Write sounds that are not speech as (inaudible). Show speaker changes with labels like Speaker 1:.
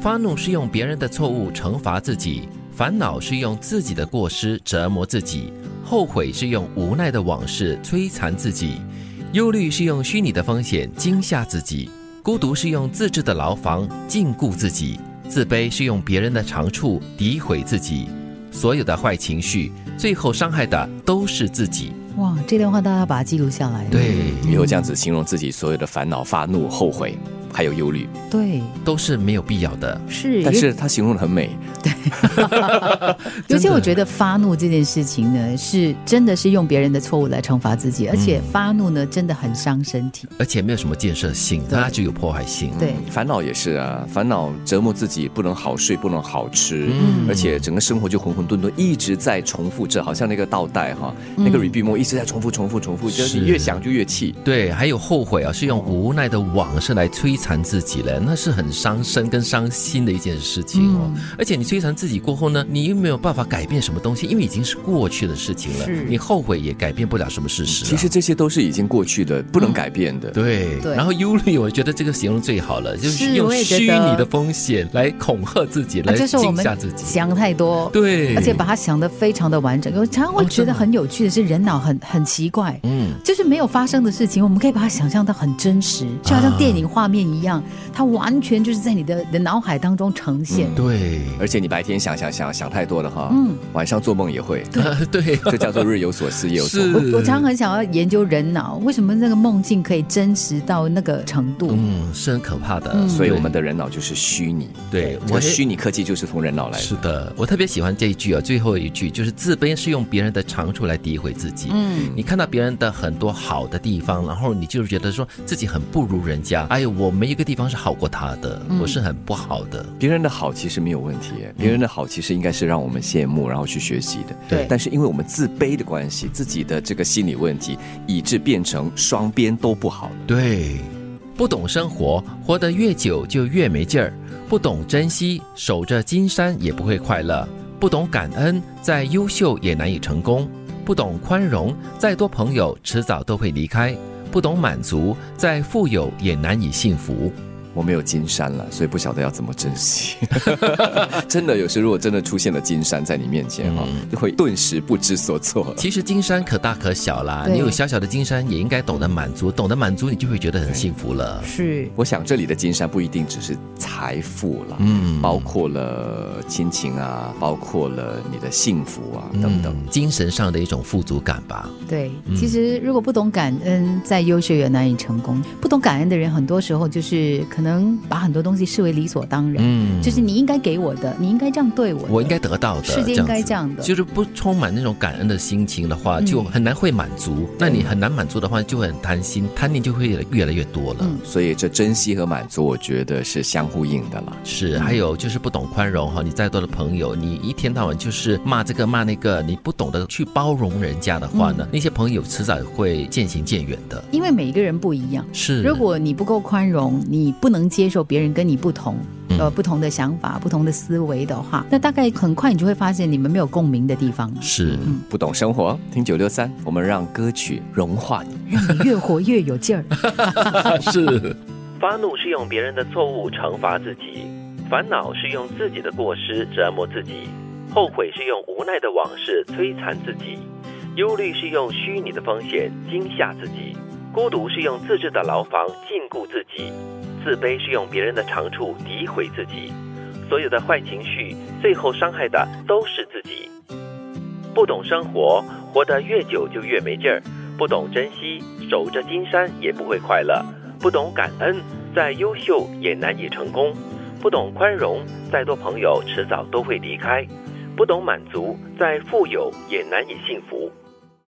Speaker 1: 发怒是用别人的错误惩罚自己，烦恼是用自己的过失折磨自己，后悔是用无奈的往事摧残自己，忧虑是用虚拟的风险惊吓自己，孤独是用自制的牢房禁锢自己，自卑是用别人的长处诋毁自己。所有的坏情绪，最后伤害的都是自己。嗯
Speaker 2: 哇，这段话大家把它记录下来。
Speaker 1: 对，
Speaker 3: 以后这样子形容自己所有的烦恼、发怒、后悔，还有忧虑。
Speaker 2: 对，
Speaker 1: 都是没有必要的。
Speaker 2: 是。
Speaker 3: 但是他形容的很美，
Speaker 2: 尤其我觉得发怒这件事情呢，是真的是用别人的错误来惩罚自己，而
Speaker 1: 嗯
Speaker 2: 且发怒呢真的很伤身体。
Speaker 1: 而且没有什么建设性，
Speaker 2: 对
Speaker 1: 它只有破坏性。
Speaker 2: 对，
Speaker 3: 烦恼也是啊，烦恼折磨自己，不能好睡，不能好吃，
Speaker 1: 嗯
Speaker 3: 而且整个生活就浑浑沌沌，一直在重复着，好像那个倒带哈，那个 r e p e a t 一直在重复、重复、重复，就是
Speaker 1: 嗯是啊
Speaker 3: 你越想就越气。
Speaker 1: 对，还有后悔啊，是用无奈的往事来摧残自己了，那是很伤身跟伤心的一件事情哦。
Speaker 2: 嗯
Speaker 1: 而且你摧残自己过后呢，你又没有办法改变什么东西，因为已经是过去的事情了
Speaker 2: 是，
Speaker 1: 你后悔也改变不了什么事实、啊。
Speaker 3: 其实这些都是已经过去的，不能改变的。
Speaker 1: 嗯对，
Speaker 2: 对
Speaker 1: 然后忧虑，我觉得这个形容最好了，就是
Speaker 2: 是
Speaker 1: 用
Speaker 2: 我也觉
Speaker 1: 虚
Speaker 2: 得
Speaker 1: 拟的风险来恐吓自己，
Speaker 2: 啊
Speaker 1: 来
Speaker 2: 就是我
Speaker 1: 惊
Speaker 2: 们
Speaker 1: 吓自己。
Speaker 2: 想太多。
Speaker 1: 对，
Speaker 2: 而且把它想得非常的完整，我常常会觉得很有趣的是，人脑很很奇怪，
Speaker 1: 嗯，
Speaker 2: 就是没有发生的事情，我们可以把它想象到很真实，就好像
Speaker 1: 啊
Speaker 2: 电影画面一样，它完全就是在你的你的脑海当中呈现。
Speaker 1: 对，
Speaker 3: 而且你白天想想想想太多了哈，
Speaker 2: 嗯
Speaker 3: 晚上做梦也会，
Speaker 1: (laughs) 对，
Speaker 3: 这叫做日有所思夜有所
Speaker 1: 是
Speaker 3: 梦。
Speaker 2: 我我常常很想要研究人脑，为什么那个梦境可以真实到那个程度？
Speaker 1: 嗯，是很可怕的。
Speaker 2: 嗯
Speaker 3: 所以我们的人脑就是虚拟，
Speaker 1: 对
Speaker 3: 我
Speaker 1: 我
Speaker 3: 虚拟科技就是从人脑来的
Speaker 1: 是。的，我特别喜欢这一句啊，最后一句就是自卑是用别人的长处来诋毁自己。
Speaker 2: 嗯，
Speaker 1: 你看到别人的很多好的地方，然后你就觉得说自己很不如人家。哎呦，我没一个地方是好过他的，我是很不好的。
Speaker 3: 别人的好其实没有问题，
Speaker 1: 嗯
Speaker 3: 别人的好其实应该是让我们羡慕，然后去学习的。
Speaker 2: 对
Speaker 3: 但是因为我们自卑的关系，自己的这个心理问题，以致变成双边都不好。
Speaker 1: 对，不懂生活，活得越久就越没劲儿；不懂珍惜，守着金山也不会快乐；不懂感恩，再优秀也难以成功；不懂宽容，再多朋友迟早都会离开；不懂满足，再富有也难以幸福。
Speaker 3: 我没有金山了，所以不晓得要怎么珍
Speaker 1: (laughs)
Speaker 3: 惜。真的，有时如果真的出现了金山在你面前
Speaker 1: 嗯
Speaker 3: 哈，就会顿时不知所措。
Speaker 1: 其实金山可大可小啦，
Speaker 2: 对
Speaker 1: 你有小小的金山，也应该懂得满足，懂得满足，你就会觉得很幸福了。
Speaker 2: 是
Speaker 3: 我想这里的金山不一定只是财富了，
Speaker 1: 嗯
Speaker 3: 包括了亲情啊，包括了你的幸福啊等等。
Speaker 1: 嗯，精神上的一种富足感吧。
Speaker 2: 对。
Speaker 1: 嗯
Speaker 2: 其实如果不懂感恩，再优秀也难以成功。不懂感恩的人，很多时候就是可能把很多东西视为理所当然，
Speaker 1: 嗯，
Speaker 2: 就是你应该给我的，你应该这样对我的，
Speaker 1: 我应该得到的，
Speaker 2: 世界应该这样
Speaker 1: 子
Speaker 2: 的嗯
Speaker 1: 就是不充满那种感恩的心情的话，就很难会满足。那你很难满足的话，就会很贪心，贪念就会越来越多了。
Speaker 2: 嗯
Speaker 3: 所以这珍惜和满足，我觉得是相互应的啦。
Speaker 2: 嗯
Speaker 1: 是，还有就是不懂宽容哈，你再多的朋友，你一天到晚就是骂这个骂那个，你不懂得去包容人家的话
Speaker 2: 嗯
Speaker 1: 呢，那些朋友迟早会渐行渐远的。
Speaker 2: 因为每一个人不一样。
Speaker 1: 是，
Speaker 2: 如果你不够宽容，你不能接受别人跟你不同，
Speaker 1: 嗯
Speaker 2: 呃，不同的想法、不同的思维的话，那大概很快你就会发现你们没有共鸣的
Speaker 1: (laughs)
Speaker 2: 地方，
Speaker 1: 是，
Speaker 3: 不懂生活，听九六三，我们让歌曲融化你。
Speaker 2: 让你越活越有劲儿。
Speaker 1: 是。发怒是用别人的错误惩罚自己，烦恼是用自己的过失折磨自己，后悔是用无奈的往事摧残自己，忧虑是用虚拟的风险惊吓自己，孤独是用自制的牢房禁锢自己，自卑是用别人的长处诋毁自己，所有的坏情绪最后伤害的都是自己。不懂生活，活得越久就越没劲儿；不懂珍惜，守着金山也不会快乐；不懂感恩，再优秀也难以成功；不懂宽容，再多朋友迟早都会离开；不懂满足，再富有也难以幸福。